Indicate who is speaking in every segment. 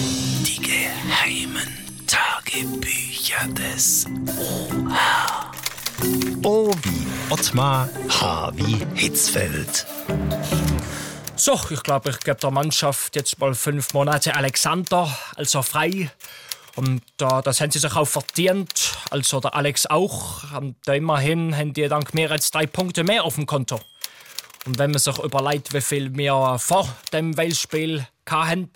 Speaker 1: Die geheimen Tagebücher des OH. O wie Ottmar, H wie Hitzfeld.
Speaker 2: So, ich glaube, ich gebe der Mannschaft jetzt mal fünf Monate Alexander, also frei. Und äh, das haben sie sich auch verdient, also der Alex auch. Und immerhin haben die dank mir jetzt drei Punkte mehr auf dem Konto. Und wenn man sich überlegt, wie viel wir vor dem Weltspiel hatten,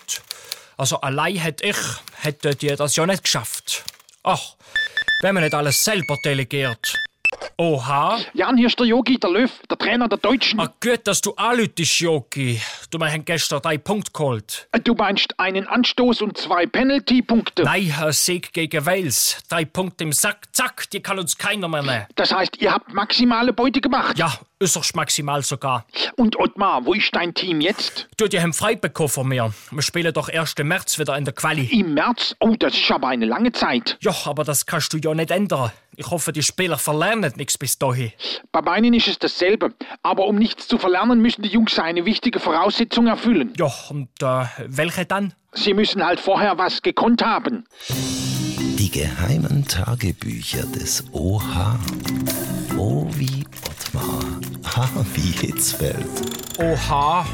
Speaker 2: also allein hätte ich, hätte die das ja nicht geschafft. Ach, wenn man nicht alles selber delegiert. Oha.
Speaker 3: Jan, hier ist der Yogi, der Löw, der Trainer der Deutschen.
Speaker 2: Ah, gut, dass du anlütest, Jogi. Du, wir haben gestern drei Punkte geholt.
Speaker 3: Du meinst einen Anstoß und zwei Penalty-Punkte.
Speaker 2: Nein, ein Sieg gegen Wales. Drei Punkte im Sack, zack, die kann uns keiner mehr nehmen.
Speaker 3: Das heißt, ihr habt maximale Beute gemacht.
Speaker 2: Ja, äußerst maximal sogar.
Speaker 3: Und Ottmar, wo ist dein Team jetzt?
Speaker 2: Du, die haben Freibekommen von mir. Wir spielen doch 1. März wieder in der Quali.
Speaker 3: Im März? Oh, das ist aber eine lange Zeit.
Speaker 2: Ja, aber das kannst du ja nicht ändern. Ich hoffe, die Spieler verlernen nichts bis dahin.
Speaker 3: Bei meinen ist es dasselbe. Aber um nichts zu verlernen, müssen die Jungs eine wichtige Voraussetzung erfüllen.
Speaker 2: Ja, und äh, welche dann?
Speaker 3: Sie müssen halt vorher was gekonnt haben.
Speaker 1: Die geheimen Tagebücher des OH. O wie Ottmar, H wie Hitzfeld.
Speaker 2: Oha.